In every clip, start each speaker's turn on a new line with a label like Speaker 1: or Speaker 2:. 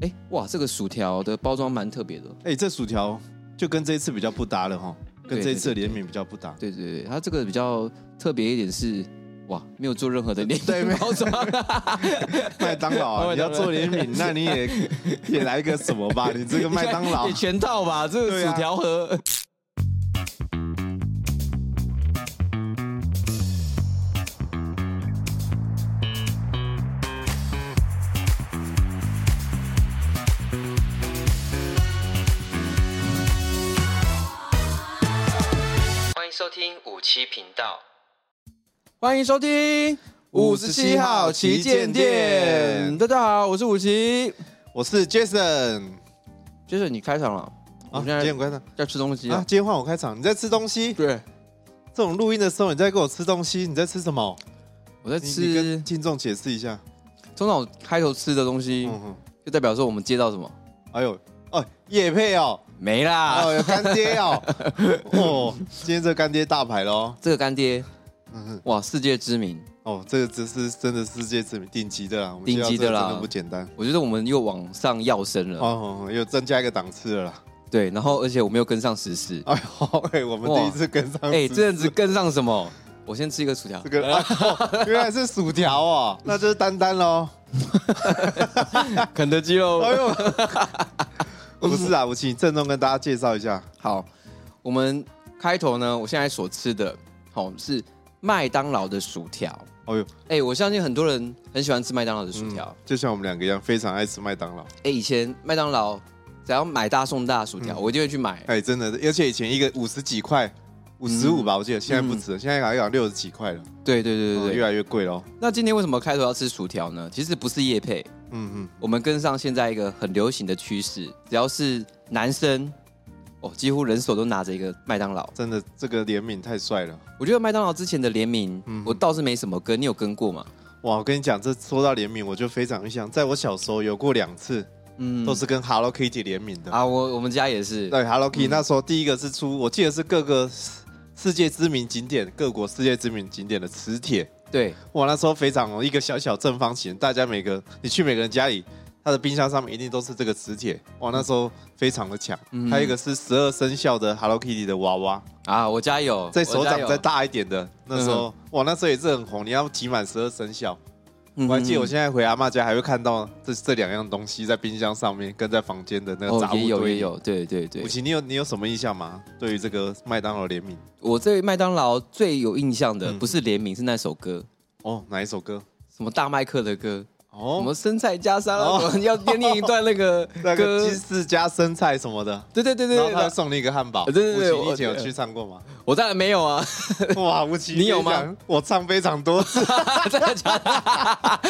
Speaker 1: 哎、哇，这个薯条的包装蛮特别的。哦
Speaker 2: 哎、这薯条就跟这一次比较不搭了哈，跟这一次的联名比较不搭。
Speaker 1: 对对对，它这个比较特别一点是，哇，没有做任何的联
Speaker 2: 对没
Speaker 1: 名包装，
Speaker 2: 麦当劳 啊，
Speaker 1: 麦
Speaker 2: 你要
Speaker 1: 当劳
Speaker 2: 做联名，那你也也来个什么吧？你这个麦当劳
Speaker 1: 也，全套吧，这个
Speaker 2: 对啊
Speaker 1: 薯条盒。
Speaker 3: 欢迎收听五七频道。
Speaker 1: 欢迎收听
Speaker 2: 57号旗舰店
Speaker 1: 大家好，我是五七。
Speaker 2: 我是 Jason
Speaker 1: 就是你开场了，我
Speaker 2: 啊，
Speaker 1: 现
Speaker 2: 今天
Speaker 1: 在
Speaker 2: 我开场
Speaker 1: 在吃东西
Speaker 2: 啊
Speaker 1: 啊，。
Speaker 2: 今天换我开场，你在吃东西？
Speaker 1: 对，
Speaker 2: 这种录音的时候你在给我吃东西，你在吃什么？
Speaker 1: 我在
Speaker 2: 你你
Speaker 1: 吃
Speaker 2: 跟。听众解释一下。
Speaker 1: 通常我开头吃的东西，
Speaker 2: 嗯哼，
Speaker 1: 就代表说我们接到什么
Speaker 2: 哎呦，哦，叶配哦，
Speaker 1: 没啦。
Speaker 2: 哦，有干爹 哦，哦，今天这干爹大牌喽。
Speaker 1: 这个干爹，
Speaker 2: 嗯哼，
Speaker 1: 哇，世界知名。
Speaker 2: 哦，这个真是真的世界知名顶级的啦，我们
Speaker 1: 顶级的啦
Speaker 2: 介绍这个真的不简单。
Speaker 1: 我觉得我们又往上要升了，
Speaker 2: 哦，又增加一个档次了啦。
Speaker 1: 对，然后而且我没有跟上时事，
Speaker 2: 哎呦，哎，我们第一次跟上，
Speaker 1: 哎、这阵哎子跟上什么？我先吃一个薯条
Speaker 2: 这，个、啊 哦原来是薯 条哦，那就是丹丹喽。
Speaker 1: 肯德基喽。
Speaker 2: 哎呦，不是啊，吴奇，郑重跟大家介绍一下，
Speaker 1: 好，我们开头呢，我现在所吃的，好、是麦当劳的薯条。
Speaker 2: 哎呦，
Speaker 1: 哎、我相信很多人很喜欢吃麦当劳的薯条。
Speaker 2: 就像我们两个一样，非常爱吃麦当劳。
Speaker 1: 哎、以前麦当劳只要买大送大薯条，我就会去买。
Speaker 2: 哎，真的，而且以前一个五十几块，五十五吧，我记得，现在不止了，现在好像六十几块了，
Speaker 1: 对对嗯对对
Speaker 2: 哦
Speaker 1: 对。
Speaker 2: 越来越贵喽。
Speaker 1: 那今天为什么开头要吃薯条呢？其实不是叶配，
Speaker 2: 嗯嗯，
Speaker 1: 我们跟上现在一个很流行的趋势，只要是男生，哦，几乎人手都拿着一个麦当劳。
Speaker 2: 真的，这个联名太帅了。
Speaker 1: 我觉得麦当劳之前的联名，
Speaker 2: 嗯
Speaker 1: 我倒是没什么跟，你有跟过吗？
Speaker 2: 哇，我跟你讲，这说到联名，我就非常印象，在我小时候有过两次，
Speaker 1: 嗯，
Speaker 2: 都是跟 Hello Kitty 联名的。
Speaker 1: 啊，我我们家也是，
Speaker 2: 对，Hello
Speaker 1: 嗯
Speaker 2: Kitty、那时候第一个是出，我记得是各个世世界知名景点、各国世界知名景点的磁铁。
Speaker 1: 对，
Speaker 2: 哇，那时候非常哦，一个小小正方形，大家每个你去每个人家里，他的冰箱上面一定都是这个磁铁。哇，那时候非常的强。
Speaker 1: 嗯
Speaker 2: 还有一个是十二生肖的 Hello Kitty 的娃娃，
Speaker 1: 啊，我家有，
Speaker 2: 在
Speaker 1: 我
Speaker 2: 手
Speaker 1: 家
Speaker 2: 掌
Speaker 1: 有
Speaker 2: 再，大一点的，那时
Speaker 1: 嗯
Speaker 2: 候、哇，那时候也是很红，你要集满十二生肖。我还记得我
Speaker 1: 家
Speaker 2: 现在回阿妈家还会看到这这两样东西在冰箱上面跟在房间的那个
Speaker 1: 哦
Speaker 2: 杂物
Speaker 1: 也
Speaker 2: 堆
Speaker 1: 有也
Speaker 2: 里。
Speaker 1: 有，对对对
Speaker 2: 武，奇，你有你有什么印象吗？对于这个麦当劳联名，
Speaker 1: 我对麦当劳最有印象的
Speaker 2: 嗯
Speaker 1: 不是联名，是那首歌，
Speaker 2: 哦，哪一首歌？
Speaker 1: 什么大麦克的歌，什
Speaker 2: 哦，
Speaker 1: 么生菜加沙拉，
Speaker 2: 哦
Speaker 1: 我们 要念念一段那个
Speaker 2: 那个
Speaker 1: 歌
Speaker 2: 鸡，翅加生菜什么的，
Speaker 1: 对对对
Speaker 2: 然后
Speaker 1: 对
Speaker 2: 他会
Speaker 1: 对，
Speaker 2: 送你一个汉堡。
Speaker 1: 对对对我
Speaker 2: 武奇，你以前有去唱 过吗？
Speaker 1: 我当然没有啊，
Speaker 2: 哇，吴奇，
Speaker 1: 你有
Speaker 2: 别
Speaker 1: 吗
Speaker 2: 讲？我唱非常 多次，
Speaker 1: 真的假的？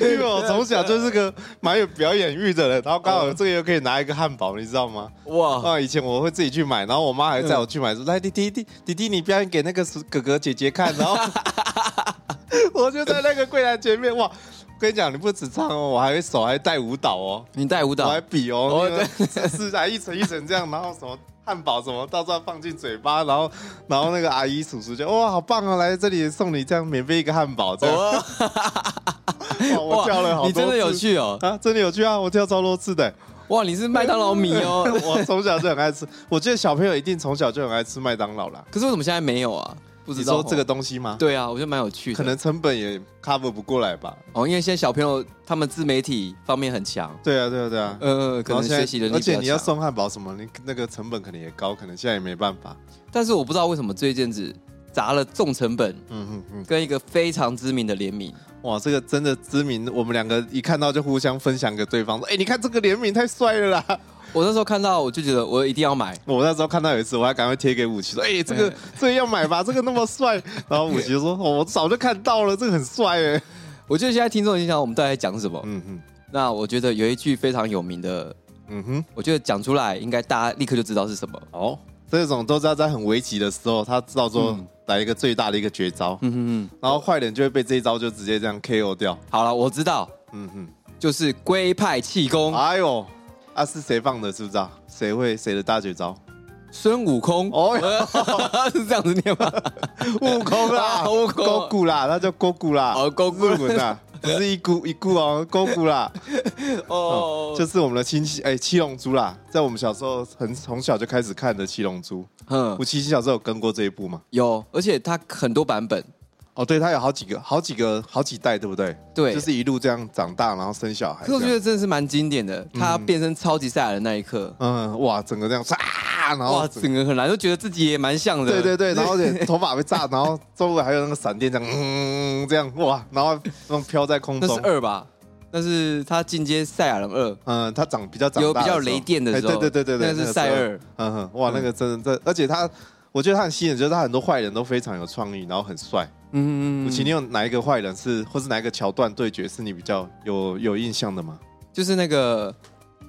Speaker 2: 因为我从小就是个蛮有表演欲的人，然后刚
Speaker 1: 哦
Speaker 2: 好这个又可以拿一个汉堡，你知道吗？
Speaker 1: 哇，
Speaker 2: 啊，以前我会自己去买，然后我妈还带我去买，
Speaker 1: 嗯
Speaker 2: 说：“来，弟弟弟弟弟，你表演给那个哥哥姐姐看。”然 后我就在那个柜台前面，哇！我跟你讲，你不止唱哦，我还会手还带舞蹈哦，
Speaker 1: 你带舞
Speaker 2: 我还
Speaker 1: 蹈，
Speaker 2: 比哦
Speaker 1: 哦，
Speaker 2: 那个是来一层一层这样，然后什么汉堡什么到时候放进嘴巴，然后然后那个阿姨叔叔就哇好棒哦，来这里送你这样免费一个汉堡这样，
Speaker 1: 哇，
Speaker 2: 哇我跳了好多
Speaker 1: 哦你真的有
Speaker 2: 次
Speaker 1: 趣哦，
Speaker 2: 啊，真的有趣啊，我跳超多次的、
Speaker 1: 哇，你是麦当劳迷哦，
Speaker 2: 我从小就很爱吃，我觉得小朋友一定从小就很爱吃麦当劳啦。
Speaker 1: 可是为什么现在没有啊？不
Speaker 2: 你
Speaker 1: 知道
Speaker 2: 说
Speaker 1: 哦
Speaker 2: 这个东西吗？
Speaker 1: 对啊，我觉得蛮有趣的，
Speaker 2: 可能成本也 cover 不过来吧。
Speaker 1: 哦，因为现在小朋友他们自媒体方面很强，
Speaker 2: 对啊，对啊，对啊。
Speaker 1: 呃，可
Speaker 2: 然后
Speaker 1: 能
Speaker 2: 现在
Speaker 1: 学习能力
Speaker 2: 而
Speaker 1: 比较
Speaker 2: 且
Speaker 1: 强。
Speaker 2: 你要送汉堡什么，你那个成本可能也高，可能现在也没办法。
Speaker 1: 但是我不知道为什么这一阵子砸了重成本
Speaker 2: 嗯嗯
Speaker 1: 跟一个非常知名的联名，
Speaker 2: 嗯，哇，这个真的知名，我们两个一看到就互相分享给对方，说：“哎、你看这个联名太帅了啦。
Speaker 1: 我那时候看到我就觉得我一定要买！”
Speaker 2: 我那时候看到有一次，我还赶快贴给武奇说：“ 哎、这个
Speaker 1: 嗯
Speaker 2: 这个要买吧，这个那么帅。”然后武奇就说：“哦，我早就看到了，这个很帅哎。
Speaker 1: 我觉得现在听众影响我们到底在讲什么”。
Speaker 2: 嗯嗯
Speaker 1: 那我觉得有一句非常有名的，
Speaker 2: 嗯哼。
Speaker 1: 我觉得讲出来应该大家立刻就知道是什么。
Speaker 2: 哦，这种都是要在很危急的时候，他到时候来一个最大的一个绝招，
Speaker 1: 嗯哼
Speaker 2: 然后坏人就会被这一招就直接这样 KO 掉。
Speaker 1: 哼，好了，我知道，
Speaker 2: 嗯哼，
Speaker 1: 就是龟派气功，
Speaker 2: 哎呦，啊是谁放的？知不知道？谁会谁的大绝招？
Speaker 1: 孙悟空，
Speaker 2: 哦
Speaker 1: 是这样子念吗？
Speaker 2: 悟空啦，
Speaker 1: 啊悟空
Speaker 2: 勾股啦，那叫勾股啦，
Speaker 1: 哦勾股
Speaker 2: 啊 日文啦，不是一股一股哦，勾股啦，
Speaker 1: 哦，
Speaker 2: 就是是我们的亲戚哎、七龙珠》啦，在我们小时候很从小就开始看的《七龙珠》，
Speaker 1: 嗯
Speaker 2: 我七七小时候有跟过这一部吗？
Speaker 1: 有，而且它很多版本，
Speaker 2: 哦，对，它有好几个、好几个、好几代，对不对？
Speaker 1: 对，
Speaker 2: 就是一路这样长大，然后生小孩
Speaker 1: 可是
Speaker 2: 这样。
Speaker 1: 我觉得真的是蛮经典的，他
Speaker 2: 嗯
Speaker 1: 变身超级赛亚人那一刻，
Speaker 2: 嗯，哇，整个这样唰，然后
Speaker 1: 哇，整个很难，就觉得自己也蛮像的。
Speaker 2: 对对对，然 后也头发被炸，然后周围还有那个闪电这样，嗯，这样哇，然后那种飘在空
Speaker 1: 那是
Speaker 2: 中。
Speaker 1: 二吧？但是他进阶赛亚人二，
Speaker 2: 嗯，他长比较长大
Speaker 1: 有
Speaker 2: 的
Speaker 1: 比
Speaker 2: 时
Speaker 1: 较
Speaker 2: 候
Speaker 1: 雷电的时候，
Speaker 2: 哎对对对对对，
Speaker 1: 那
Speaker 2: 个
Speaker 1: 是
Speaker 2: 时
Speaker 1: 赛
Speaker 2: 候。
Speaker 1: 二，
Speaker 2: 嗯哼，哇，那个真的，而且他，我觉得他很吸引人，就是他很多坏人都非常有创意，然后很帅。
Speaker 1: 嗯
Speaker 2: 武奇，你有哪一个坏人是，或是哪一个桥段对决是你比较有有印象的吗？
Speaker 1: 就是那个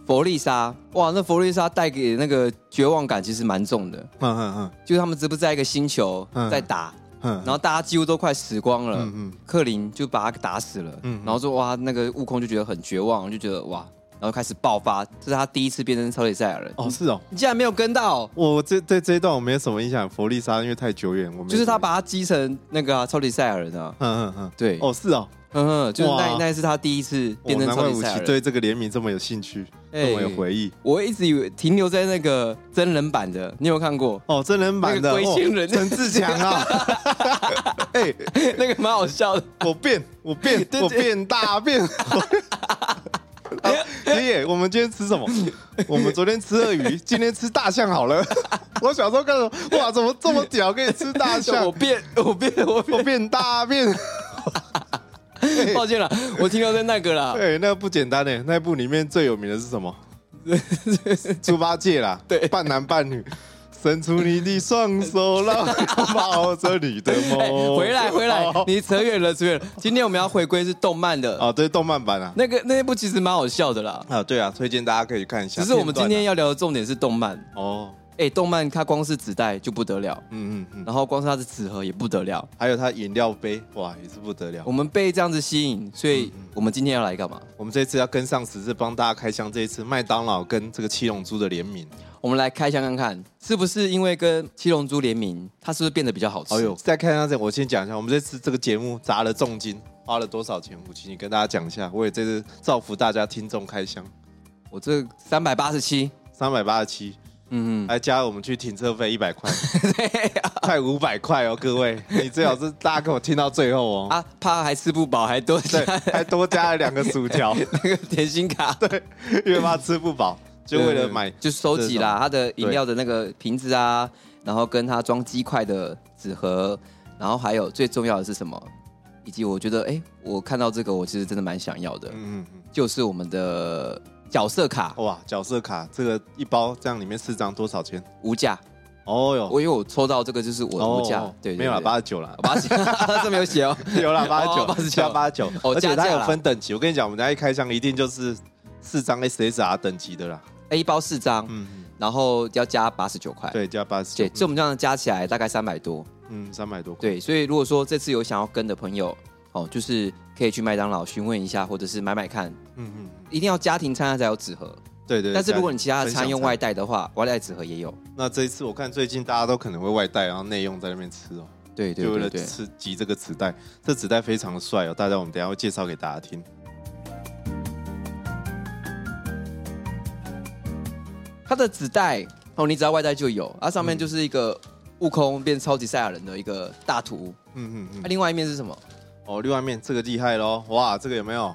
Speaker 1: 佛利莎，哇，那佛利莎带给那个绝望感其实蛮重的，
Speaker 2: 嗯嗯
Speaker 1: 就是他们这不是在一个星球
Speaker 2: 嗯
Speaker 1: 在打，
Speaker 2: 嗯嗯，
Speaker 1: 然后大家几乎都快死光了，
Speaker 2: 嗯嗯
Speaker 1: 克林就把他打死了，
Speaker 2: 嗯
Speaker 1: 然后说哇，那个悟空就觉得很绝望，就觉得哇，然后开始爆发，这是他第一次变身超级赛亚人。
Speaker 2: 哦，是哦，
Speaker 1: 你竟然没有跟到，
Speaker 2: 我这对这一段我没有什么印象，佛利莎因为太久远，我没
Speaker 1: 就是他
Speaker 2: 什么
Speaker 1: 把他激成那个啊、超级赛亚人啊，
Speaker 2: 嗯嗯嗯，
Speaker 1: 对，
Speaker 2: 哦是哦，
Speaker 1: 嗯哼，就是那
Speaker 2: 哇
Speaker 1: 那一次他第一次变
Speaker 2: 我
Speaker 1: 成
Speaker 2: 难
Speaker 1: 超
Speaker 2: 怪
Speaker 1: 级
Speaker 2: 武
Speaker 1: 赛亚
Speaker 2: 奇
Speaker 1: 人。
Speaker 2: 对这个联名这么有兴趣，
Speaker 1: 哎
Speaker 2: 这么有回忆。
Speaker 1: 我一直以为停留在那个真人版的，你有没有看过
Speaker 2: 哦，真人版的
Speaker 1: 那个龟仙人
Speaker 2: 哦陈志强啊！ 哎，
Speaker 1: 那个蛮好笑的，
Speaker 2: 我变，我变，
Speaker 1: 对
Speaker 2: 我变大变。啊爷爷，我们今天吃什么？我们昨天吃 鳄鱼，今天吃大象好了。我小时候看到，哇，怎么这么屌，可以吃大象？
Speaker 1: 我变我变我变
Speaker 2: 我变大变。哦
Speaker 1: 抱歉了，我停留在那个啦。
Speaker 2: 哎，那不简单哎，那部里面最有名的是什么？ 猪八戒啦，
Speaker 1: 对
Speaker 2: 半男半女，伸出你的双手，让我抱着你的
Speaker 1: 哎
Speaker 2: 梦。
Speaker 1: 回来回来
Speaker 2: 哦，
Speaker 1: 你扯远了扯远了。今天我们要回归是动漫的，
Speaker 2: 哦，对，动漫版啊，
Speaker 1: 那个那一部其实蛮好笑的啦。
Speaker 2: 啊，对啊，推荐大家可以去看一下。
Speaker 1: 只是我们今天
Speaker 2: 片啊
Speaker 1: 要聊的重点是动漫。
Speaker 2: 段啊哦，
Speaker 1: 哎，动漫它光是纸袋就不得了，
Speaker 2: 嗯嗯嗯，
Speaker 1: 然后光是它的纸盒也不得了。
Speaker 2: 还有他饮料杯，哇，也是不得了
Speaker 1: 我。们被这样子吸引，所
Speaker 2: 嗯
Speaker 1: 以我们今天要来干嘛？
Speaker 2: 我们这次要跟上时事，帮大家开箱这一次麦当劳跟这个七龙珠的联名。
Speaker 1: 我们来开箱看看，是不是因为跟七龙珠联名，它是不是变得比较好吃？
Speaker 2: 哎呦，再看一下这，我先讲一下，我们这次这个节目砸了重金，花了多少钱？武奇，你跟大家讲一下。我也这次造福大家听众开箱，
Speaker 1: 我这三百八十 七，
Speaker 2: 三百八十七，
Speaker 1: 嗯，
Speaker 2: 还加我们去停车费一百块，快五百块哦，各位，你最好是大家给我听到最后哦。
Speaker 1: 啊，怕还吃不饱，还多
Speaker 2: 对
Speaker 1: 加，
Speaker 2: 还多加了两个薯 条，
Speaker 1: 那个甜心卡，对，
Speaker 2: 因为怕吃不饱，就为了买
Speaker 1: 就收集啦，它的饮料的那个瓶子啊，然后跟它装鸡块的纸盒，然后还有最重要的是什么？以及我觉得，哎、我看到这个，我其实真的蛮想要的，
Speaker 2: 嗯，嗯
Speaker 1: 就是我们的角色卡
Speaker 2: 嗯，哇，角色卡这个一包这样里面四张多少钱？
Speaker 1: 无价。
Speaker 2: 哦哟，
Speaker 1: 我因为我抽到这个就是我的
Speaker 2: 哦
Speaker 1: 无价，对
Speaker 2: 没有啦，
Speaker 1: 了
Speaker 2: 八十九啦，
Speaker 1: 八十， 这没有写 哦。
Speaker 2: 有啦，八十九，
Speaker 1: 89
Speaker 2: 加八十九，
Speaker 1: 哦
Speaker 2: 而且
Speaker 1: 加
Speaker 2: 它
Speaker 1: 价啦
Speaker 2: 有分等级。我跟你讲，我们家一开箱一定就是四张 SSR 等级的啦。
Speaker 1: A 包四张，
Speaker 2: 嗯，嗯
Speaker 1: 然后要加八十九块。
Speaker 2: 对，嗯加八十
Speaker 1: 哎对，这
Speaker 2: 九，
Speaker 1: 我们这样加起来大概三百多。
Speaker 2: 嗯，三百多块。
Speaker 1: 对，所以如果说这次有想要跟的朋友，哦，就是可以去麦当劳询问一下，或者是买买看。
Speaker 2: 嗯嗯，嗯
Speaker 1: 一定要家庭餐才有纸盒，
Speaker 2: 对对。
Speaker 1: 但是如果你其他的
Speaker 2: 分享
Speaker 1: 餐用外，带的话，外带纸盒也有。
Speaker 2: 那这一次我看最近大家都可能会外带，然后内用在那边吃哦，
Speaker 1: 对对
Speaker 2: 就为
Speaker 1: 对
Speaker 2: 了
Speaker 1: 对，
Speaker 2: 吃集这个纸袋。这纸袋非常的帅哦，大家我们等一下会介绍给大家听。
Speaker 1: 它的纸袋哦，你只要外带就有，它上
Speaker 2: 嗯
Speaker 1: 面就是一个悟空变超级赛亚人的一个大图，
Speaker 2: 嗯嗯
Speaker 1: 它
Speaker 2: 嗯。
Speaker 1: 另外一面是什么？
Speaker 2: 哦，另外一面这个厉害喽，哇，这个有没有？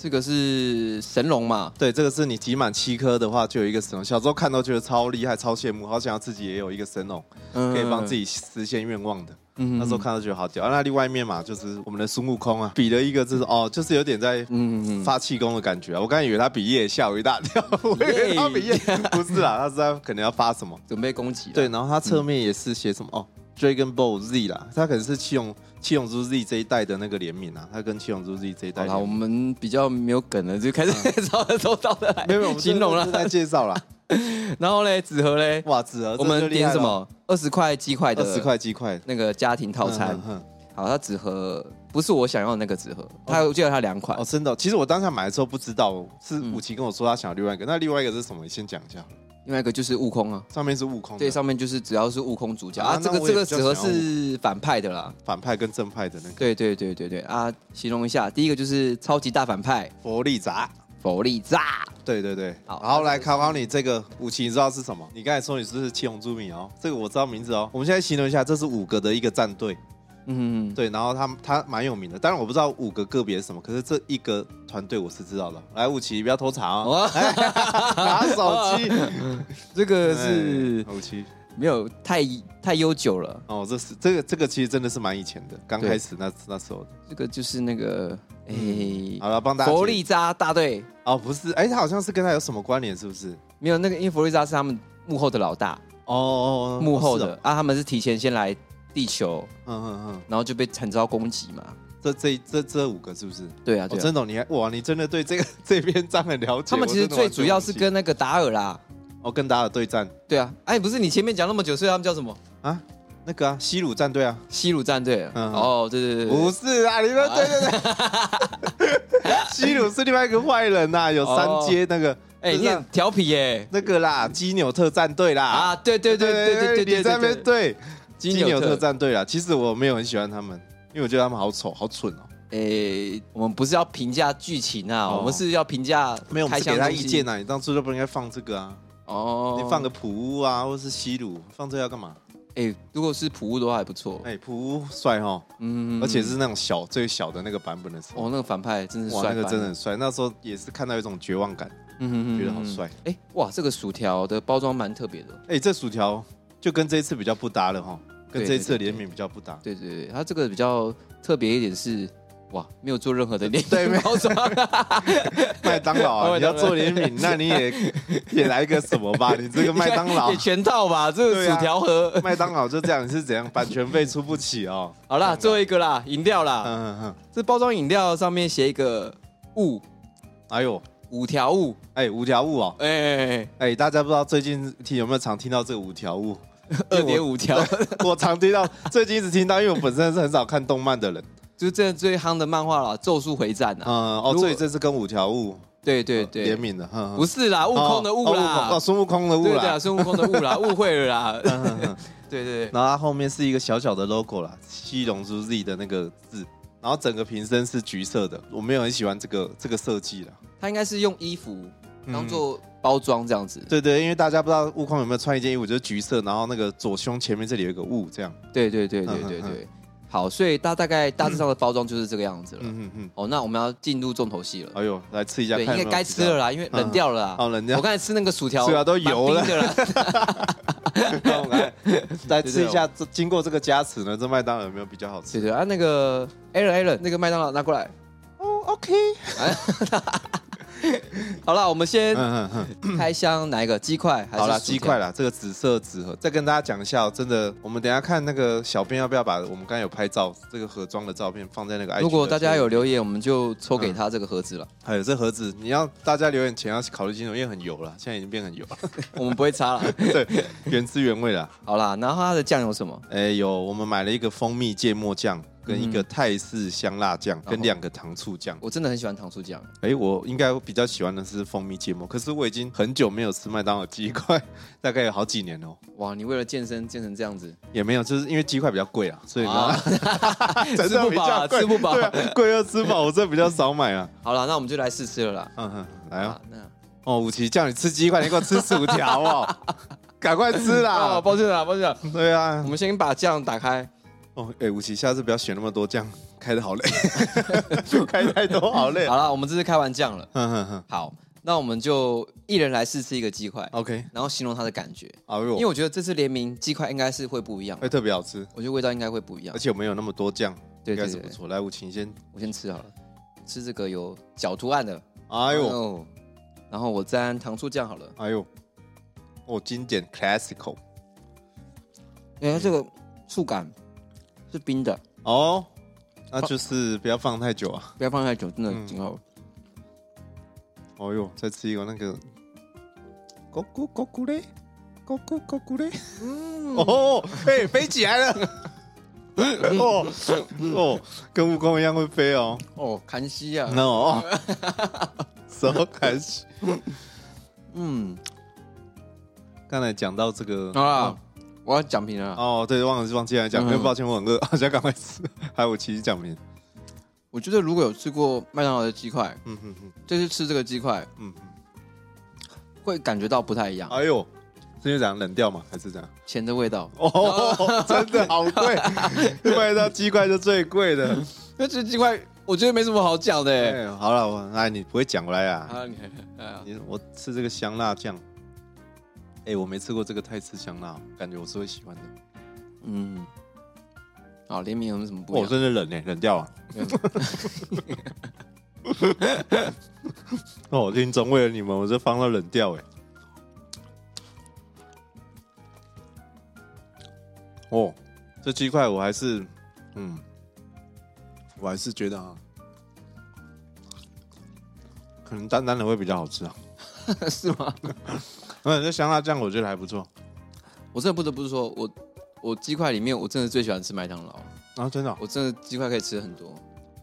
Speaker 1: 这个是神龙嘛？
Speaker 2: 对，这个是你集满七颗的话，就有一个神龙。小时候看到觉得超厉害、超羡慕，好想要自己也有一个神龙，
Speaker 1: 嗯
Speaker 2: 可以帮自己实现愿望的。
Speaker 1: 嗯
Speaker 2: 那时候看到觉得好屌。啊那另外一面嘛，就是我们的孙悟空啊，比了一个就是哦，就是有点在
Speaker 1: 嗯嗯嗯，
Speaker 2: 发气功的感觉啊。我刚才以为他比夜，吓我一大跳，我 以为他比夜，不是啦，他是他可能要发什 么？
Speaker 1: 准备攻击了。
Speaker 2: 对，然后他侧面也是写什么、哦，Dragon Ball Z 啦，他可能是七龙七龙珠 Z 这一代的那个联名啊，他跟七龙珠 Z 这一代
Speaker 1: 好
Speaker 2: 联名。
Speaker 1: 啦，我们比较没有梗了，就 开始找找到的来
Speaker 2: 没有，没有我 们
Speaker 1: 形容
Speaker 2: 这个是
Speaker 1: 了。
Speaker 2: 在介 绍啦。
Speaker 1: 然后嘞，纸盒嘞，
Speaker 2: 哇，子儿，
Speaker 1: 我们点什？么？二十块鸡块的
Speaker 2: 二十块鸡块
Speaker 1: 那个家庭套餐
Speaker 2: 嗯。哼哼
Speaker 1: 好，它纸盒不是我想要的那个纸盒，它我记得它两款
Speaker 2: 哦，，真的哦、其实我当下买的时候不知道，是
Speaker 1: 嗯
Speaker 2: 武奇跟我说他想要另外一个，那另外一个是什么？你先讲一下。
Speaker 1: 另外一个就是悟空啊。
Speaker 2: 上面是悟空的，
Speaker 1: 对，上面就是只要是悟空主角
Speaker 2: 哦啊
Speaker 1: 啊，这个
Speaker 2: 那我
Speaker 1: 这
Speaker 2: 也
Speaker 1: 个
Speaker 2: 比较
Speaker 1: 纸盒
Speaker 2: 想要
Speaker 1: 是反派的啦。
Speaker 2: 反派跟正派的那个
Speaker 1: 对对对对对啊，形容一下，第一个就是超级大反派
Speaker 2: 佛利扎，
Speaker 1: 佛力炸，
Speaker 2: 对对对，
Speaker 1: 好
Speaker 2: 然后来
Speaker 1: 那就是
Speaker 2: 考考你这个武器，你知道是什么？你刚才说你是七龙珠迷哦，这个我知道名字哦。我们现在形容一下，这是五个的一个战队，
Speaker 1: 嗯，
Speaker 2: 对，然后他他蛮有名的，当然我不知道五个个别是什么，可是这一个团队我是知道的。来，武奇不要偷 查哦，
Speaker 1: 哦，
Speaker 2: 拿手 机，
Speaker 1: 这个是
Speaker 2: 哎武奇
Speaker 1: 没有太太悠久了，
Speaker 2: 哦，这是这个这个其实真的是蛮以前的，刚开始那那时候的。
Speaker 1: 这个就是那个诶，
Speaker 2: 嗯好了，帮大家
Speaker 1: 佛
Speaker 2: 解
Speaker 1: 力扎大队
Speaker 2: 哦，不是，哎，他好像是跟他有什么关联，是不是？
Speaker 1: 没有那个，因为佛力扎是他们幕后的老大，
Speaker 2: 哦哦，哦
Speaker 1: 幕后，
Speaker 2: 是
Speaker 1: 的
Speaker 2: 哦
Speaker 1: 啊，他们是提前先来地球，
Speaker 2: 嗯嗯嗯，
Speaker 1: 然后就被惨遭攻击嘛，
Speaker 2: 这这这这五个是不是？
Speaker 1: 对啊，
Speaker 2: 哦，
Speaker 1: 对啊。
Speaker 2: 曾总，你还哇，你真的对这个 这篇章很了解。
Speaker 1: 他们其实
Speaker 2: 我真的
Speaker 1: 最
Speaker 2: 完全
Speaker 1: 主要是
Speaker 2: 忘记
Speaker 1: 跟那个达尔啦，
Speaker 2: 哦跟达尔对战
Speaker 1: 对啊，哎，不是你前面讲那么久，所以他们叫什么？
Speaker 2: 啊，那个啊西鲁战队啊，
Speaker 1: 西鲁战队。
Speaker 2: 嗯
Speaker 1: 哦，对对对对，
Speaker 2: 不是啊，你们对对对， 西鲁是另外一个坏人呐，有三阶那个，
Speaker 1: 哎，
Speaker 2: 就是
Speaker 1: 你
Speaker 2: 那
Speaker 1: 很调皮耶。
Speaker 2: 那个啦，基纽特战队啦，
Speaker 1: 啊，对对对对对对对，
Speaker 2: 你在那边对
Speaker 1: 金
Speaker 2: 基
Speaker 1: 牛
Speaker 2: 纽特
Speaker 1: 特。
Speaker 2: 战队啦，其实我没有很喜欢他们，因为我觉得他们好丑，好蠢哦。
Speaker 1: 诶，我们不是要评价剧情啊，
Speaker 2: 哦
Speaker 1: 我们是要评价
Speaker 2: 没有，我
Speaker 1: 开
Speaker 2: 们是给
Speaker 1: 箱
Speaker 2: 他
Speaker 1: 东
Speaker 2: 意
Speaker 1: 西
Speaker 2: 见啊呐，你当初就不应该放这个啊，
Speaker 1: 哦。
Speaker 2: 你放个普乌啊，或是西鲁，放这个要干嘛？
Speaker 1: 诶，如果是普物的话还不错，
Speaker 2: 哎，普乌帅哦。
Speaker 1: 哦嗯，
Speaker 2: 而且是那种小最小的那个版本的时候，
Speaker 1: 哦，那个反派真是
Speaker 2: 哇，
Speaker 1: 帅
Speaker 2: 那
Speaker 1: 翻了，
Speaker 2: 个真的很帅。那时候也是看到一种绝望感，
Speaker 1: 嗯，嗯
Speaker 2: 觉得好。帅
Speaker 1: 嗯嗯。哎，哇，这个薯条的包装蛮特别的，
Speaker 2: 哎、这薯条就跟这一次比较不搭了哈，跟
Speaker 1: 对
Speaker 2: 这一次
Speaker 1: 对
Speaker 2: 的
Speaker 1: 对
Speaker 2: 联名比较不搭。
Speaker 1: 对对对，它这个比较特别一点是，哇，没有做任何的联
Speaker 2: 对没
Speaker 1: 名包装，
Speaker 2: 麦当 劳啊，
Speaker 1: 麦
Speaker 2: 你要
Speaker 1: 当劳
Speaker 2: 做联名，那你也也 来个什么 吧？你这个 麦当劳
Speaker 1: 也，全套吧，这个
Speaker 2: 对啊
Speaker 1: 薯条盒。
Speaker 2: 麦当劳就这样，你是怎样版权费出不起哦？
Speaker 1: 好啦，最后一个啦，饮料啦，
Speaker 2: 嗯嗯嗯，
Speaker 1: 这包装饮料上面写一个物，
Speaker 2: 哎呦，
Speaker 1: 五条物，
Speaker 2: 哎、五条悟哦，
Speaker 1: 哎、
Speaker 2: 哎、大家不知道最近听有没有常听到这个五 条悟？
Speaker 1: 二点五条，
Speaker 2: 我常听到，最近一直听到，因为我本身是很少看动漫 的人。
Speaker 1: 就是这最夯的漫画啦，《咒术回战》啊，
Speaker 2: 嗯，哦，
Speaker 1: 如果
Speaker 2: 所以这是跟五条悟
Speaker 1: 对对对，
Speaker 2: 联名的，哼哼
Speaker 1: 不是啦，悟空的
Speaker 2: 啊哦
Speaker 1: 悟
Speaker 2: 哦
Speaker 1: 啦，
Speaker 2: 空哦，孙悟空的悟
Speaker 1: 对对啊，
Speaker 2: 啦。
Speaker 1: 孙悟空 的悟啦，误会了啦，
Speaker 2: 嗯嗯嗯
Speaker 1: 对对对，
Speaker 2: 然后它后面是一个小小的 logo 啦，七龙珠 Z 的那个字，然后整个瓶身是橘色的，我没有很喜欢这个这个设计啦。
Speaker 1: 他应该是用衣服
Speaker 2: 嗯
Speaker 1: 当做包装这样子，
Speaker 2: 对对，因为大家不知道悟空有没有穿一件衣服，就是橘色，然后那个左胸前面这里有一个悟，这样。
Speaker 1: 对对对对
Speaker 2: 嗯
Speaker 1: 对
Speaker 2: 嗯
Speaker 1: 对，好，所以大大概大致上的包装就是这个样子了。
Speaker 2: 嗯嗯
Speaker 1: 哦，那我们要进入重头戏了
Speaker 2: 嗯。。哎呦，来吃一下，
Speaker 1: 对，应
Speaker 2: 看
Speaker 1: 该
Speaker 2: 有没有
Speaker 1: 该吃了啦，因为冷掉了啦。
Speaker 2: 哦冷掉
Speaker 1: 我刚才吃那个薯条，
Speaker 2: 薯条都
Speaker 1: 蛮
Speaker 2: 油了
Speaker 1: 冰的啦。
Speaker 2: 比较。来 来吃一下，这经过这个加持呢，这麦当劳有没有比较好
Speaker 1: 对
Speaker 2: 吃？
Speaker 1: 对啊，那个 Allen Allen 那个麦当劳拿过来。
Speaker 2: 哦，OK。
Speaker 1: 好了，我们先
Speaker 2: 嗯嗯 嗯。
Speaker 1: 开箱哪一个鸡块？还是
Speaker 2: 好啦，
Speaker 1: 薯
Speaker 2: 鸡
Speaker 1: 条
Speaker 2: 块。啦，这个紫色纸盒，再跟大家讲一下、哦，真的，我们等一下看那个小编要不要把我们刚才有拍照这个盒装的照片放在那个 IG 的
Speaker 1: 如果大家有
Speaker 2: 贴
Speaker 1: 留言，我们就抽给他这个盒子了，
Speaker 2: 文，还有这盒子，你要大家留言前要考虑清楚，因为很油了，现在已经变很油了，
Speaker 1: 我们不会差了。
Speaker 2: 对，原汁原味啦。
Speaker 1: 好啦，然后它的酱有什么？
Speaker 2: 哎、有我们买了一个蜂蜜芥末酱，跟一个泰式香辣酱，
Speaker 1: 嗯然
Speaker 2: 跟
Speaker 1: 后
Speaker 2: 两个糖醋酱。
Speaker 1: 我真的很喜欢糖醋酱，
Speaker 2: 哎、我应该比较喜欢的是蜂蜜芥末，可是我已经很久没有吃麦当劳鸡块， 大概有好几年哦，
Speaker 1: 哇！你为了健身健成这样子，
Speaker 2: 也没有，就是因为鸡块比较贵啊，所以呢。
Speaker 1: 啊，
Speaker 2: 真的比较贵
Speaker 1: 吃不饱啊吃不 饱
Speaker 2: 对啊贵又吃饱，我这比较少买啊。
Speaker 1: 好了，那我们就来试吃了啦。
Speaker 2: 嗯哼，来啊
Speaker 1: 啊，！那
Speaker 2: 哦，武奇叫你吃鸡块，你给我吃薯条哦，赶快吃
Speaker 1: 啊，
Speaker 2: 啦！
Speaker 1: 抱歉啦，抱歉啦，
Speaker 2: 对啊
Speaker 1: 我，们先把酱打开。
Speaker 2: 哦，哎，武奇，下次不要选那么多酱，开的好累，开太多好累。
Speaker 1: 好了，我们这次开完酱了。
Speaker 2: 嗯哼哼
Speaker 1: 好，那我们就一人来试吃一个鸡块，
Speaker 2: ，OK，
Speaker 1: 然后形容它的感觉。
Speaker 2: 哎
Speaker 1: 因为
Speaker 2: 呦，
Speaker 1: 我觉得这次联名鸡块应该是会不一样，
Speaker 2: 会特别好吃，
Speaker 1: 我觉得味道应该会不一样
Speaker 2: 而。且我们有那么多酱，
Speaker 1: 对对
Speaker 2: 应该是不
Speaker 1: 对，
Speaker 2: 错。来，武奇你先，
Speaker 1: 我先吃好了，吃这个有角图案的。
Speaker 2: 哎呦，
Speaker 1: 呦，然后我沾糖醋酱好了。
Speaker 2: 哎呦，哦，经典 classical，
Speaker 1: 哎，它这个触感是冰的，
Speaker 2: 哦，那就是不要放太久啊。
Speaker 1: 不要放太久，真的挺好。
Speaker 2: 哦呦，再吃一个那个，咕咕咕咕嘞，咕咕咕咕嘞。哦，哎、飞起来 了！哦哦，跟蜈蚣一样会飞哦。
Speaker 1: 哦，韩西啊，
Speaker 2: 那哦，手开始。
Speaker 1: 嗯，
Speaker 2: 刚才讲到这个
Speaker 1: 好啦，我要讲评了啦。
Speaker 2: 哦，对，忘了忘记来讲，
Speaker 1: 嗯
Speaker 2: 很抱歉，我很饿，好像赶快吃。还有我其实讲评，
Speaker 1: 我觉得如果有吃过麦当劳的鸡块，
Speaker 2: 嗯哼哼，
Speaker 1: 这次吃这个鸡块
Speaker 2: 嗯哼，
Speaker 1: 会感觉到不太一样，
Speaker 2: 哎呦，是因为怎样冷掉吗？还是怎样？
Speaker 1: 钱的味道。
Speaker 2: 哦，真的好贵，卖到鸡块是最贵的。
Speaker 1: 那这鸡块我觉得没什么好讲的、欸。
Speaker 2: 哎，好了，我哎，你不会讲回来啊？
Speaker 1: 啊，你哎呀
Speaker 2: 你我吃这个香辣酱，哎，我没吃过这个泰式香辣，感觉我是会喜欢的。
Speaker 1: 嗯，好，联名有什么不一
Speaker 2: 我
Speaker 1: 样？
Speaker 2: 真的冷哎，冷掉了。 哦，我听众为了你们，我这放到冷掉哎。哦，这鸡块我还是，嗯，我还是觉得啊，可能单单的会比较好吃啊。
Speaker 1: 是吗？
Speaker 2: 嗯，这香辣酱我觉得还不错
Speaker 1: 我真的不得不说，我我鸡块里面我真的最喜欢吃麦当劳，
Speaker 2: 啊，真的哦、
Speaker 1: 我真的鸡块可以吃很多。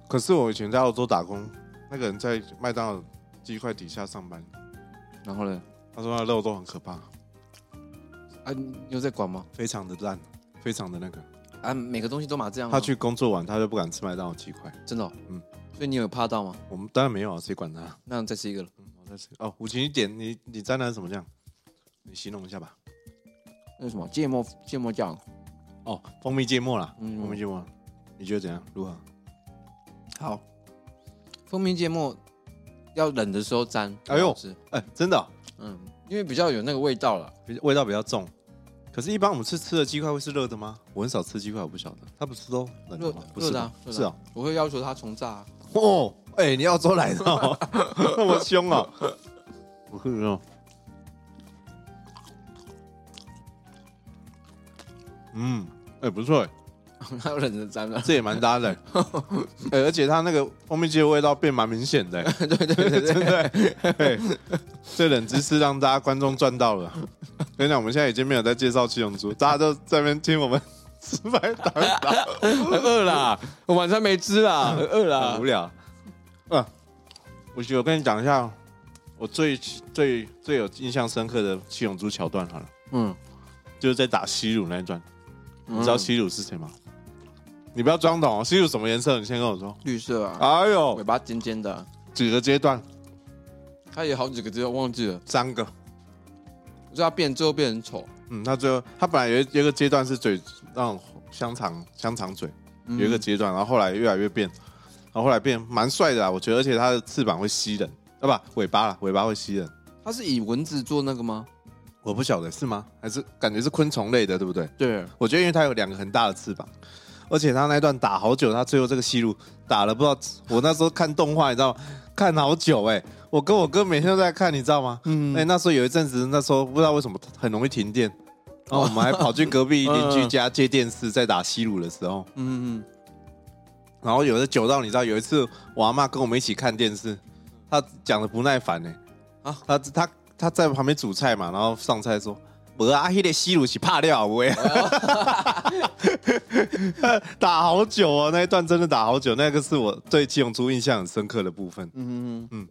Speaker 2: 可是我以前在澳洲打工，那个人在麦当劳鸡块底下上班，
Speaker 1: 然后呢？
Speaker 2: 他说那肉都很可怕，
Speaker 1: 啊，你有在管吗？
Speaker 2: 非常的烂，非常的那个。
Speaker 1: 啊，每个东西都嘛这样吗。
Speaker 2: 他去工作完，他就不敢吃麦当劳鸡块。
Speaker 1: 真的、嗯
Speaker 2: 嗯，
Speaker 1: 所以你有怕到吗？
Speaker 2: 我们当然没有啊，谁管他？
Speaker 1: 那再吃一个了。
Speaker 2: 嗯，我在吃哦，五你点你你沾的是什么酱？你形容一下吧。
Speaker 1: 那什么芥末芥末酱，
Speaker 2: 哦，蜂蜜芥末啦，
Speaker 1: 嗯
Speaker 2: 蜂蜜芥末，你觉得怎样？如何？
Speaker 1: 好，蜂蜜芥末要冷的时候沾，
Speaker 2: 哎呦
Speaker 1: 好吃，
Speaker 2: 哎、真的哦、
Speaker 1: 嗯，因为比较有那个味道了。
Speaker 2: 比味道比较重。可是，一般我们吃吃的鸡块会是热的吗？我很少吃鸡块，我不晓得。它不是都冷
Speaker 1: 热
Speaker 2: 的
Speaker 1: 的
Speaker 2: 吗？不
Speaker 1: 热
Speaker 2: 是
Speaker 1: 的
Speaker 2: 吧
Speaker 1: 啊，热的
Speaker 2: 是啊。
Speaker 1: 我会要求他重炸啊。
Speaker 2: 哦，哎、你澳洲来的、哦，那么凶哦。我喝哦。嗯，哎、不错哎，
Speaker 1: 他要忍着沾啊了，
Speaker 2: 这也蛮搭的哎、哎而且它那个蜂蜜鸡的味道变蛮明显的哎、
Speaker 1: 对对对对，
Speaker 2: 真的哎、哎这冷知识让大家观众赚到了。跟你讲，我们现在已经没有在介绍七龙珠，大家都在那边听我们 吃麦当劳，
Speaker 1: 很 饿啦，我晚餐没吃啦， 很饿
Speaker 2: 很
Speaker 1: 啦
Speaker 2: 无。聊。啊，我觉得我跟你讲一下，我最最最有印象深刻的七龙珠桥段好了，
Speaker 1: 嗯，
Speaker 2: 就是在打西鲁那一段。
Speaker 1: 你
Speaker 2: 你知道西鲁是谁吗？嗯你不要装懂哦，西鲁什么颜色？你先跟我说。
Speaker 1: 绿色啊，
Speaker 2: 哎
Speaker 1: 尾
Speaker 2: 呦，
Speaker 1: 巴尖尖的，啊
Speaker 2: 几个阶段？
Speaker 1: 他也好几个字我忘记了，
Speaker 2: 三个。
Speaker 1: 我知道他变最后变很丑，
Speaker 2: 嗯，他最后他本来有一有一个阶段是嘴那种香肠香肠嘴，
Speaker 1: 嗯
Speaker 2: 有一个阶段，然后后来越来越变，然后后来变蛮帅的啦，啊我觉得，而且他的翅膀会吸人，啊不，尾巴啦，尾巴会吸人，
Speaker 1: 他是以蚊子做那个吗？
Speaker 2: 我不晓得是吗？还是感觉是昆虫类的，对不对？
Speaker 1: 对，
Speaker 2: 我觉得因为它有两个很大的翅膀，而且它那段打好久，它最后这个戏路打了不知道，我那时候看动画你知道吗？看好久哎、我跟我哥每天都在看，你知道吗？
Speaker 1: 嗯
Speaker 2: 哎、那时候有一阵子，那时候不知道为什么很容易停电，然后我们还跑去隔壁邻居家借电视，在打西鲁的时候，
Speaker 1: 嗯嗯
Speaker 2: 然后有的久到你知道，有一次我阿妈跟我们一起看电视，她讲的不耐烦呢、
Speaker 1: 啊
Speaker 2: 啊，她她她在旁边煮菜嘛，然后上菜说。无啊，迄、个西鲁是怕料喂， 打好久哦，那一段真的打好久，那个是我对七龙珠印象很深刻的部分。
Speaker 1: 嗯嗯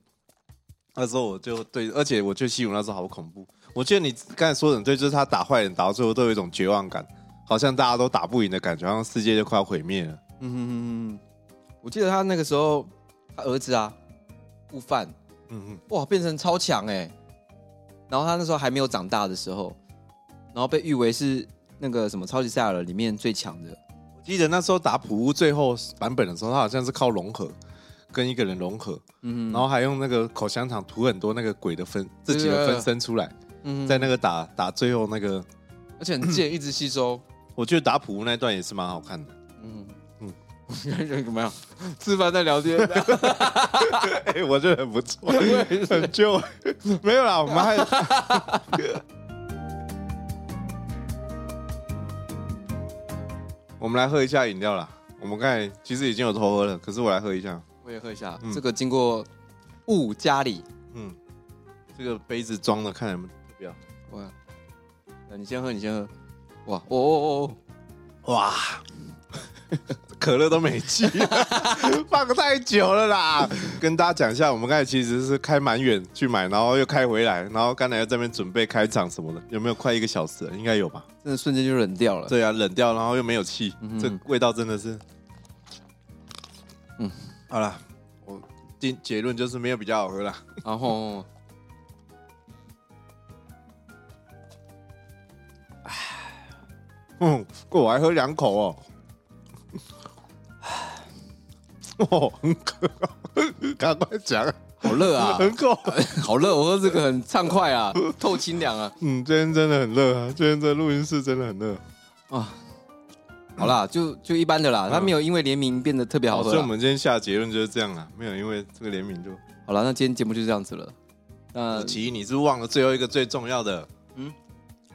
Speaker 2: 那时候我就对，而且我觉得西鲁那时候好恐怖。我记得你刚才说的很对，就是他打坏人打到最后都有一种绝望感，好像大家都打不赢的感觉，好像世界就快要毁灭了。
Speaker 1: 嗯嗯嗯，我记得他那个时候，他儿子啊，悟饭，
Speaker 2: 嗯嗯，
Speaker 1: 哇，变成超强哎、然后他那时候还没有长大的时候，然后被誉为是那个什么超级赛亚人里面最强的。
Speaker 2: 我记得那时候打普乌最后版本的时候，他好像是靠融合跟一个人融合，
Speaker 1: 嗯，
Speaker 2: 然后还用那个口香糖涂很多那个鬼的分自己的分身出来，
Speaker 1: 嗯
Speaker 2: 在那个打打最后那个，
Speaker 1: 而且很贱，一直吸收。
Speaker 2: 我觉得打普乌那段也是蛮好看的。
Speaker 1: 嗯嗯
Speaker 2: 嗯，
Speaker 1: 感觉怎么样？吃饭在聊天，
Speaker 2: 哎、我觉得很不错，很旧， 没有啦，我们还。 我们来喝一下饮料啦。我们刚才其实已经有偷喝了，可是我来喝一下。
Speaker 1: 我也喝一下。
Speaker 2: 嗯
Speaker 1: 这个经过雾家里，
Speaker 2: 嗯，这个杯子装的，看有没有特别好。
Speaker 1: 我，呃你先喝，你先喝。哇，哦哦哦，
Speaker 2: 哇，可乐都 没气，放太久了啦。跟大家讲一下，我们刚才其实是开蛮远去买，然后又开回来，然后刚才又在那边准备开场什么的，有没有快一个小时了？应该有吧。
Speaker 1: 真的瞬间就冷掉了。嗯
Speaker 2: 对啊，冷掉，然后又没有气，
Speaker 1: 嗯哼
Speaker 2: 这味道真的是，
Speaker 1: 嗯
Speaker 2: 嗯，好了，我结结论就是没有比较好喝啦。
Speaker 1: 然后，
Speaker 2: 嗯，我还喝两口 哦。哦，很渴，哦 赶快讲，
Speaker 1: 好热啊，
Speaker 2: 很渴。哦
Speaker 1: 好热！我喝这个很畅快啊，透清凉啊。
Speaker 2: 嗯，今天真的很热啊，今天这录音室真的很热。
Speaker 1: 啊，好啦，就就一般的啦，它没有因为联名变得特别好喝
Speaker 2: 嗯哦所以我
Speaker 1: 啦。
Speaker 2: 们今天下的啊结论就是这样啊，没有因为这个联名就。
Speaker 1: 好了，那今天节目就这样子了。那
Speaker 2: 奇，你是忘了最后一个最重要的，
Speaker 1: 嗯
Speaker 2: 呃嗯，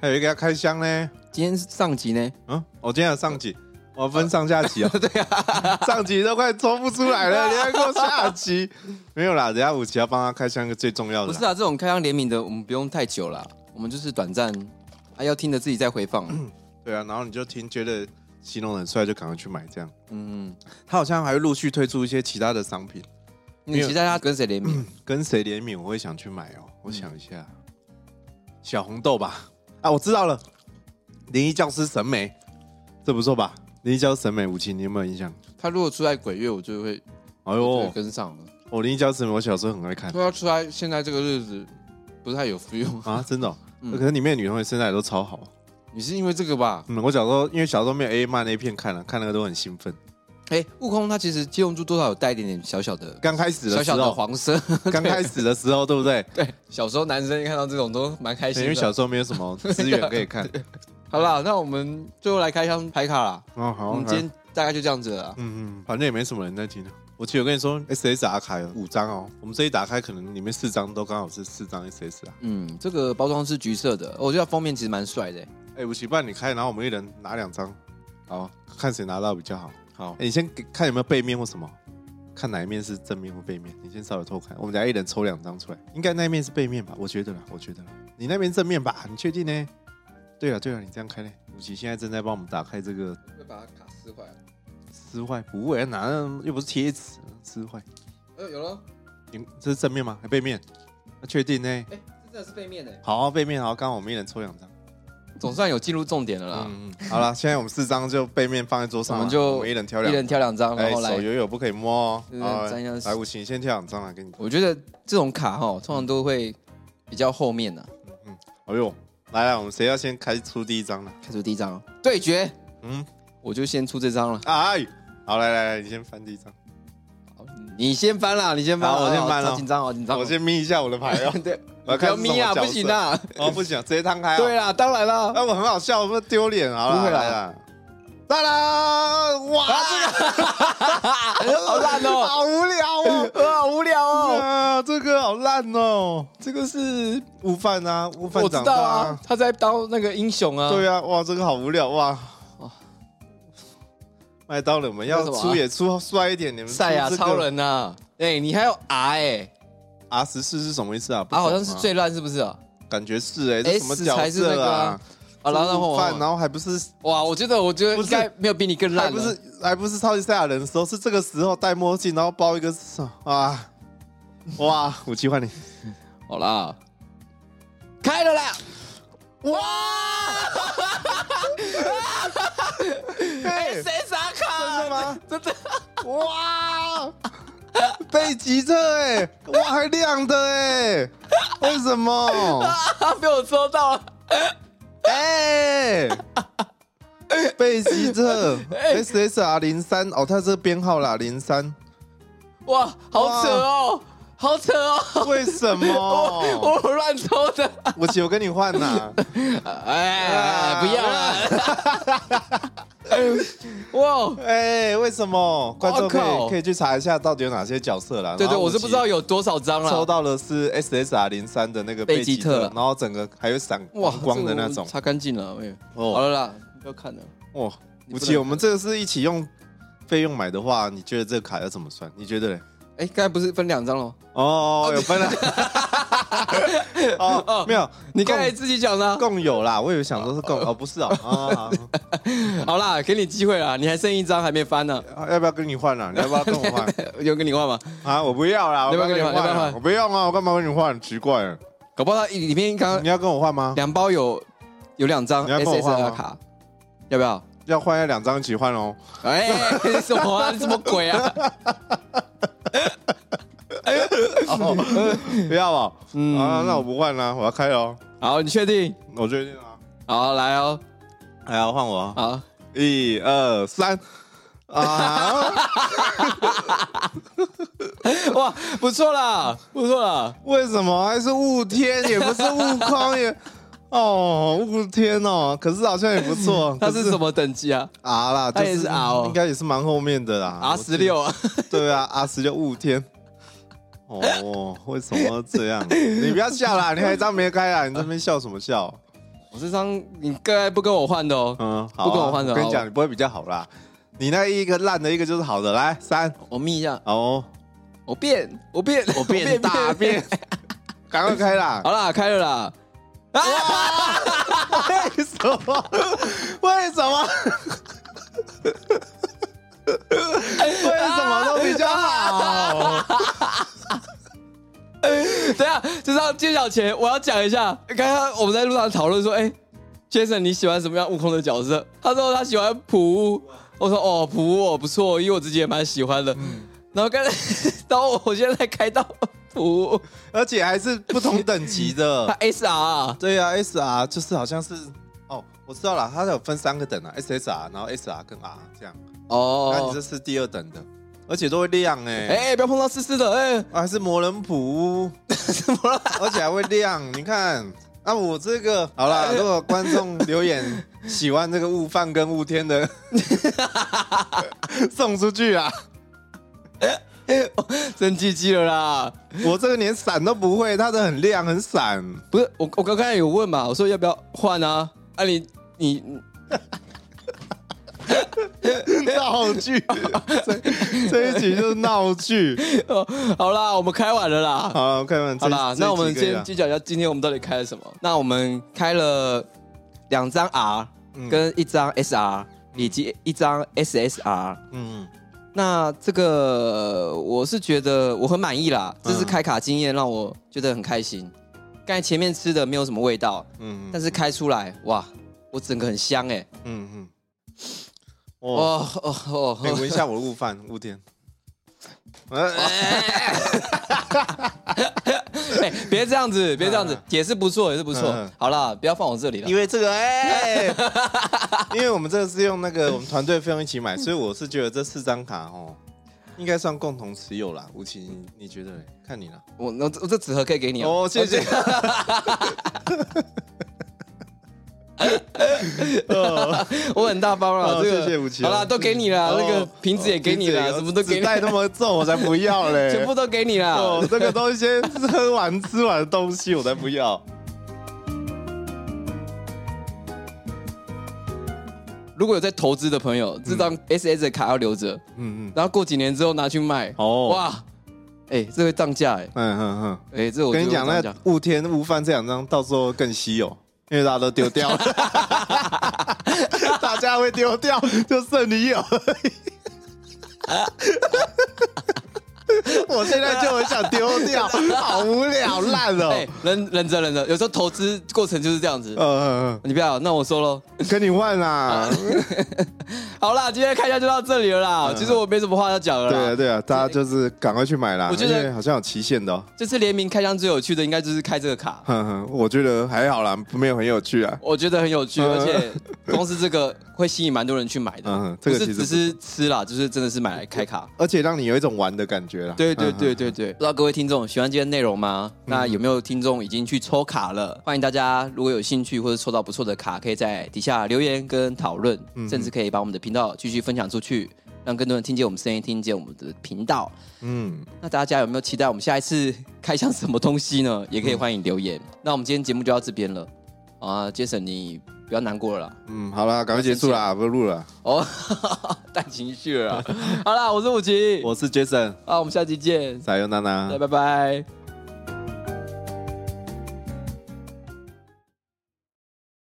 Speaker 2: 还有一个要开箱呢。
Speaker 1: 今天上集呢？
Speaker 2: 嗯，我今天有上集，我分上下集 啊。对啊，上集都快抽不出来了，你还给我下集？ 没有啦，等下五集要帮他开箱一个最重要
Speaker 1: 不
Speaker 2: 的
Speaker 1: 是
Speaker 2: 啦。
Speaker 1: 啊，这种开箱联名的，我们不用太久啦，我们就是短暂啊，要听的自己再回放。嗯
Speaker 2: 对啊，然后你就听觉得形容得很帅，就赶快去买这样。
Speaker 1: 嗯，
Speaker 2: 他好像还会陆续推出一些其他的商品，
Speaker 1: 你期待它跟谁联名？
Speaker 2: 跟谁联名我会想去买哦。
Speaker 1: 嗯
Speaker 2: 我想一下，小红豆吧。啊，我知道了，灵异教师审美，这不错吧？灵异教师审美，武器你有没有印象？
Speaker 1: 它如果出来鬼月，我就会
Speaker 2: 哎
Speaker 4: 我就
Speaker 2: 呦，
Speaker 4: 跟上了。
Speaker 2: 我灵异教师审美，我小时候很爱看
Speaker 4: 对啊，出来现在这个日子不太有 feel。
Speaker 2: 啊，真的哦、
Speaker 1: 嗯
Speaker 2: 可是里面的女同学身材都超好。哦
Speaker 4: 你是因为这个吧？
Speaker 2: 嗯，我小时候因为小时候没有 A 漫那片看了、啊看那个都很兴奋。
Speaker 1: 哎，悟空它其实七龙珠多少有带一点点小小的、
Speaker 2: 刚开始
Speaker 1: 小
Speaker 2: 的时
Speaker 1: 小的
Speaker 2: 候，
Speaker 1: 黄色。
Speaker 2: 刚开始的时候，对不对？
Speaker 1: 对，小时候男生看到这种都蛮开
Speaker 2: 因
Speaker 1: 心
Speaker 2: 为小
Speaker 1: 的。
Speaker 2: 时候没有什么资源可以 看。
Speaker 1: 好啦，那我们最后来开箱牌卡啦。
Speaker 2: 哦，好，
Speaker 1: 我们
Speaker 2: 好
Speaker 1: 今天大概就这样子了啦。
Speaker 2: 嗯嗯，反正也没什么人在听了。我记得我跟你说，SSR 卡有五张哦，我们这一打开，可能里面四张都刚好是四张啊 SSR。
Speaker 1: 嗯，这个包装是橘色的，我觉得它封面其实蛮帅的。欸
Speaker 2: 哎，吴奇，不然你开，然后我们一人拿两张，
Speaker 1: 好，
Speaker 2: 看谁拿到比较好。
Speaker 1: 好
Speaker 2: 哎，你先给看有没有背面或什么，看哪一面是正面或背面，你先稍微偷看。我们等下一人抽两张出来，应该那一面是背面吧？我觉得啦，我觉得啦，你那边正面吧？你确定呢？对了对了，你这样开嘞。吴奇现在正在帮我们打开这个
Speaker 4: 会把卡撕
Speaker 1: 啊
Speaker 4: 坏。
Speaker 2: 撕坏，不会拿那又不是贴纸，撕坏。
Speaker 1: 哎
Speaker 4: 呃，有了，
Speaker 2: 你这是正面吗？还背面？那确定呢？
Speaker 1: 哎，这真的是背面的。
Speaker 2: 好，背面好，刚好我们一人抽两张。
Speaker 1: 总算有进入重点了啦。
Speaker 2: 嗯，嗯好了，现在我们四张就背面放在桌上
Speaker 1: 我
Speaker 2: 了，
Speaker 1: 们就
Speaker 2: 我们一人挑两
Speaker 1: 一
Speaker 2: 张，
Speaker 1: 人挑两张，然
Speaker 2: 哎，
Speaker 1: 后来。
Speaker 2: 手游有不可以摸哦
Speaker 1: 对。对
Speaker 2: 好
Speaker 1: 沾一下
Speaker 2: 来，五行先挑两张来给你。
Speaker 1: 我觉得这种卡哈，通常都会比较后面啊呢。
Speaker 2: 哎呦，来了，我们谁要先开出第一张呢？
Speaker 1: 开出第一张哦对决，
Speaker 2: 嗯，
Speaker 1: 我就先出这张了。
Speaker 2: 哎，好，来来来，你先翻第一张，
Speaker 1: 好你先翻啦，你先翻，
Speaker 2: 好我先
Speaker 1: 哦
Speaker 2: 翻了
Speaker 1: 好紧张哦，紧张哦。。
Speaker 2: 我先眯一下我的牌哦
Speaker 1: 对，
Speaker 2: 我要
Speaker 1: 不
Speaker 2: 看
Speaker 1: 要
Speaker 2: 是什么
Speaker 1: 眯啊，
Speaker 2: 角
Speaker 1: 不
Speaker 2: 色
Speaker 1: 行啊。
Speaker 2: 哦，不行，直接摊开。
Speaker 1: 对
Speaker 2: 啊，
Speaker 1: 啦，当然啦。
Speaker 2: 哎，我很好笑，我不丢脸，啊好
Speaker 1: 不
Speaker 2: 了，
Speaker 1: 会啦
Speaker 2: 来啦，哒啦，哇，哎
Speaker 1: 好烂 哦，
Speaker 2: 好无聊哦。
Speaker 1: 好无聊 哦。
Speaker 2: 啊，这个好烂哦！这个是悟饭啊，悟饭
Speaker 1: 我知
Speaker 2: 长
Speaker 1: 道
Speaker 2: 大
Speaker 1: 啊，他在当那个英雄啊。
Speaker 2: 对啊，哇，这个好无聊哇！麦当劳，我们要
Speaker 1: 为什么啊
Speaker 2: 出也出帅一点，你们
Speaker 1: 赛亚
Speaker 2: 出这个
Speaker 1: 超人呐、哎、你还有 R 哎、
Speaker 2: R 十四是什么意思啊？不
Speaker 1: 啊，
Speaker 2: 懂
Speaker 1: 好像是最烂是不是啊？
Speaker 2: 感觉是哎，这什么
Speaker 1: S
Speaker 2: 角
Speaker 1: 才是那
Speaker 2: 色
Speaker 1: 个
Speaker 2: 啊
Speaker 1: 啊？啊，然后然
Speaker 2: 这
Speaker 1: 后
Speaker 2: 午饭，然
Speaker 1: 我
Speaker 2: 后还不是
Speaker 1: 哇，我觉得我觉得
Speaker 2: 不
Speaker 1: 应
Speaker 2: 是
Speaker 1: 该没有比你更
Speaker 2: 还
Speaker 1: 烂啊
Speaker 2: 不
Speaker 1: 了，
Speaker 2: 是还不是超级赛亚人的时候，是这个时候戴墨镜，然后包一个啊，哇，武器换你，
Speaker 1: 好啦，开了啦！
Speaker 2: 哇，
Speaker 1: 哎、谁傻卡？
Speaker 2: 真的吗？
Speaker 1: 真的？
Speaker 2: 哇，被击特哎，哇，还亮的哎，为什么？
Speaker 1: 啊， 被我抽到了！
Speaker 2: 哎、贝希特 SSR 零三哦，它这个编号啦，零三，
Speaker 1: 哇，好扯哦，好扯哦！
Speaker 2: 为什么？
Speaker 1: 我我乱抽的，
Speaker 2: 我姐，我跟你换呐、
Speaker 1: 哎，不要了！哇，
Speaker 2: 哎、为什么？观众可
Speaker 1: 靠
Speaker 2: 以可以去查一下到底有哪些角色啦。
Speaker 1: 对
Speaker 2: 然
Speaker 1: 对，
Speaker 2: 后
Speaker 1: 我是不知道有多少张了。
Speaker 2: 抽到的是 SSR 零三的那个贝
Speaker 1: 贝
Speaker 2: 吉
Speaker 1: 吉
Speaker 2: 特
Speaker 1: 特，
Speaker 2: 然后整个还有闪
Speaker 1: 哇，
Speaker 2: 光的那种。
Speaker 1: 擦干净了。哎，好
Speaker 2: 哦
Speaker 1: 了啦，不要看了。
Speaker 2: 哦，
Speaker 1: 你不能
Speaker 2: 吴奇，我们这个是一起用费用买的话，你觉得这个卡要怎么算？你觉得嘞？
Speaker 1: 哎，刚才不是分两张喽？
Speaker 2: 哦，有 分了。哦，没有，
Speaker 1: 你刚
Speaker 2: 共
Speaker 1: 才自己讲的啊。
Speaker 2: 共有啦，我以为想说是共哦，不是哦，啊，
Speaker 1: 好啦，给你机会啦，你还剩一张还没翻呢，
Speaker 2: 啊 要不要跟你换啊？你要不要跟我换
Speaker 1: 有跟你换吗？
Speaker 2: 啊？我不要啦，我
Speaker 1: 要不
Speaker 2: 不
Speaker 1: 要
Speaker 2: 要跟
Speaker 1: 跟
Speaker 2: 你
Speaker 1: 你换
Speaker 2: 换
Speaker 1: 要不要
Speaker 2: 啊，
Speaker 1: 换
Speaker 2: 我不要啊，我干嘛跟你换？奇怪，
Speaker 1: 搞不好它里面刚
Speaker 2: 呃你要跟我换吗？
Speaker 1: 两包有有两张
Speaker 2: 你要跟我换吗
Speaker 1: SSR 卡，要不要？
Speaker 2: 要换要两张一起换 哦。
Speaker 1: 哎、 什么啊？什么鬼啊？
Speaker 2: 不要吧，哦嗯啊，那我不换啦，我要开哦，
Speaker 1: 好，你确定？
Speaker 2: 我决定了，
Speaker 1: 好，来哦，
Speaker 2: 还要换我啊，
Speaker 1: 好，
Speaker 2: 一二三，啊，
Speaker 1: 哇，不错啦，不错啦，
Speaker 2: 为什么还是雾天，也不是悟空 也，哦，雾天哦，可是好像也不错，
Speaker 1: 它
Speaker 2: 可
Speaker 1: 是什么等级啊
Speaker 2: R 啦，
Speaker 1: 它
Speaker 2: 就
Speaker 1: 也是 R 哦
Speaker 2: 应该也是蛮后面的啦
Speaker 1: ？R 十，六 啊，
Speaker 2: 我记得对啊，R 十六 雾天。哦，为什么要这样？你不要笑 啦，你还一张没开啊，你这边笑什么笑？
Speaker 1: 我这张你刚才不跟我换的哦，
Speaker 2: 嗯，好啊、
Speaker 1: 不跟我换的
Speaker 2: 跟你
Speaker 1: 好
Speaker 2: 讲，你不会比较好啦。你那一个烂的，一个就是好的。来，三，
Speaker 1: 我眯一下，
Speaker 2: 哦，
Speaker 1: 我变，我变， 我
Speaker 2: 变大变，赶快开啦！
Speaker 1: 好啦，啊开了啦，
Speaker 2: 为什么？为什么？为什么都比较好？
Speaker 1: 等一下，这张揭晓前我要讲一下，刚刚我们在路上讨论说，哎、j a s o n 你喜欢什么样悟空的角色？他说他喜欢普乌，我说哦，普乌我不错，因为我自己也蛮喜欢的。然后刚才， 然后我现在开到普乌，
Speaker 2: 而且还是不同等级
Speaker 1: 他
Speaker 2: 的。
Speaker 1: SR 啊
Speaker 2: 对啊，SR 就是好像是哦，我知道了，它有分三个等啊，SSR，然后 SR 跟 R 这样。那你
Speaker 1: 哦
Speaker 2: 这，是第二等的，而且都会亮哎、
Speaker 1: 哎、不要碰到思思的，哎、
Speaker 2: 啊还是魔人普，
Speaker 1: 怎么了？
Speaker 2: 而且还会亮。你看，啊，我这个好 啦，如果观众留言喜欢这个悟饭跟悟天的， 送出去啊！
Speaker 1: 真鸡鸡了啦！
Speaker 2: 我这个连闪都不会，它的很亮很 闪。
Speaker 1: 不是我，我刚刚有问嘛，我说要不要换啊？啊你你
Speaker 2: 闹剧，这这一集就是闹剧。
Speaker 1: 哦，好啦，我们开完了啦。
Speaker 2: 好了，我看完这
Speaker 1: 好啦，
Speaker 2: 啊这一
Speaker 1: 那
Speaker 2: 集
Speaker 1: 我们
Speaker 2: 可以
Speaker 1: 先
Speaker 2: 了
Speaker 1: 揭晓一下今天我们到底开了什么。那我们开了两张 R
Speaker 2: 嗯
Speaker 1: 跟一张 SR 以及一张 SSR。
Speaker 2: 嗯
Speaker 1: 那这个我是觉得我很满意啦，这
Speaker 2: 嗯
Speaker 1: 次开卡经验让我觉得很开心。刚才前面吃的没有什么味道，
Speaker 2: 嗯
Speaker 1: 但是开出来哇，我整个很香哎、
Speaker 2: 嗯嗯，哦，
Speaker 1: 哦哦哦
Speaker 2: 你闻一下我的悟饭悟 天。呃
Speaker 1: 哎，别这样子，别这样子
Speaker 2: 嗯，
Speaker 1: 也是不错，也是不错
Speaker 2: 嗯嗯。
Speaker 1: 好啦，不要放我这里了
Speaker 2: 因。为这个哎， 因为我们这个是用那个我们团队费用一起 买，所以我是觉得这四张卡哦，应该算共同持有啦。吴奇，你你觉得嘞？看你啦。
Speaker 1: 我那这这纸盒可以给你哦。
Speaker 2: 哦，谢谢。哦，
Speaker 1: 我很大方了，
Speaker 2: 哦
Speaker 1: 这个
Speaker 2: 谢谢吴奇
Speaker 1: 好
Speaker 2: 哦
Speaker 1: 啦，都给你啦，
Speaker 2: 哦
Speaker 1: 那个瓶子也给你啦，
Speaker 2: 哦
Speaker 1: 什么都给
Speaker 2: 纸
Speaker 1: 你，
Speaker 2: 袋那么重，我才不要嘞。
Speaker 1: 全部都给你啦
Speaker 2: 哦。，这个都是些喝完吃完的东西，我才不要。
Speaker 1: 如果有在投资的朋友，这
Speaker 2: 嗯
Speaker 1: 张 S S 的卡要留着，
Speaker 2: 嗯嗯，
Speaker 1: 然后过几年之后拿去卖。
Speaker 2: 哦
Speaker 1: 哇，哎，这会涨价哎，
Speaker 2: 嗯嗯嗯。
Speaker 1: 哎，这
Speaker 2: 我
Speaker 1: 我
Speaker 2: 跟你
Speaker 1: 觉
Speaker 2: 讲，
Speaker 1: 得
Speaker 2: 那
Speaker 1: 会涨价
Speaker 2: 雾天雾饭这两张到时候更稀有，因为大家都丢 掉了，大家会丢掉，就剩你有。我现在就很想丢掉，好无聊，烂哦。
Speaker 1: 哎，忍忍着忍着，有时候投资过程就是这样子。
Speaker 2: 呃，
Speaker 1: 你不要，那我说喽。
Speaker 2: 跟你换
Speaker 1: 啊
Speaker 2: 啦，
Speaker 1: 好啦，今天开箱就到这里了啦。
Speaker 2: 嗯
Speaker 1: 其实我没什么话要讲了
Speaker 2: 对
Speaker 1: 啦。
Speaker 2: 啊对啊，大家就是赶快去买啦，
Speaker 1: 我觉得
Speaker 2: 因为好像有期限的哦。
Speaker 1: 这次联名开箱最有趣的应该就是开这个卡，
Speaker 2: 哼哼，我觉得还好啦，没有很有趣啊。
Speaker 1: 我觉得很有趣，
Speaker 2: 嗯
Speaker 1: 而且光是这个会吸引蛮多人去买的。
Speaker 2: 嗯，这
Speaker 1: 不是
Speaker 2: 个其
Speaker 1: 只
Speaker 2: 实不，
Speaker 1: 是吃啦，就是真的是买来开卡。
Speaker 2: 而且让你有一种玩的感觉啦。
Speaker 1: 对对
Speaker 2: 嗯
Speaker 1: 对，对对，不知道各位听众喜欢今天内容吗？那有没有听众已经去抽卡了？欢迎大家，如果有兴趣或者抽到不错的卡，可以在底下留言跟讨论，
Speaker 2: 嗯
Speaker 1: 甚至可以把我们的频道继续分享出去，让更多人听见我们声音，听见我们的频道。
Speaker 2: 嗯，
Speaker 1: 那大家有没有期待我们下一次开箱什么东西呢？也可以欢迎留言。
Speaker 2: 嗯
Speaker 1: 那我们今天节目就到这边了啊，Jason，你不要难过了啦
Speaker 2: 嗯，好啦，赶快结束啦，不录了。
Speaker 1: 哦， 带情 绪了啦。好啦，我是武奇，
Speaker 2: 我是 Jason，
Speaker 1: 啊，我们下期见，
Speaker 2: 撒尤娜娜，
Speaker 1: 拜拜。